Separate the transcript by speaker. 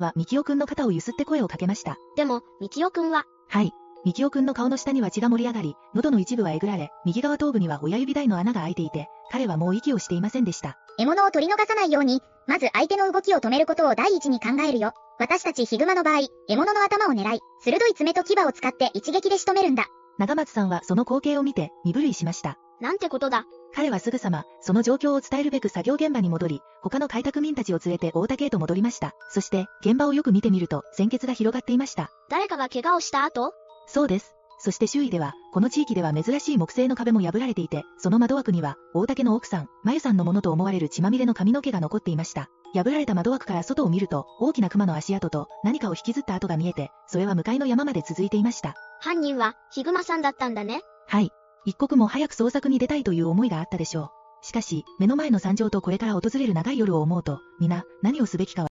Speaker 1: は、みきおくんの肩をゆすって声をかけました。
Speaker 2: でも、みきおくんは、
Speaker 1: はい。みきおくんの顔の下には血が盛り上がり、喉の一部はえぐられ、右側頭部には親指台の穴が開いていて、彼はもう息をしていませんでした。
Speaker 3: 獲物を取り逃さないように、まず相手の動きを止めることを第一に考えるよ。私たちヒグマの場合、獲物の頭を狙い、鋭い爪と牙を使って一撃で仕留めるんだ。
Speaker 1: 長松さんはその光景を見て、身震いしました。
Speaker 2: なんてことだ。
Speaker 1: 彼はすぐさま、その状況を伝えるべく作業現場に戻り、他の開拓民たちを連れて大竹へと戻りました。そして、現場をよく見てみると、鮮血が広がっていました。
Speaker 2: 誰かが怪我をした後
Speaker 1: そうです。そして周囲では、この地域では珍しい木製の壁も破られていて、その窓枠には、大竹の奥さん、まゆさんのものと思われる血まみれの髪の毛が残っていました。破られた窓枠から外を見ると、大きな熊の足跡と、何かを引きずった跡が見えて、それは向かいの山まで続いていました。
Speaker 2: 犯人は、ヒグマさんだったんだね。
Speaker 1: はい。一刻も早く捜索に出たいという思いがあったでしょう。しかし、目の前の惨状とこれから訪れる長い夜を思うと、皆、何をすべきかは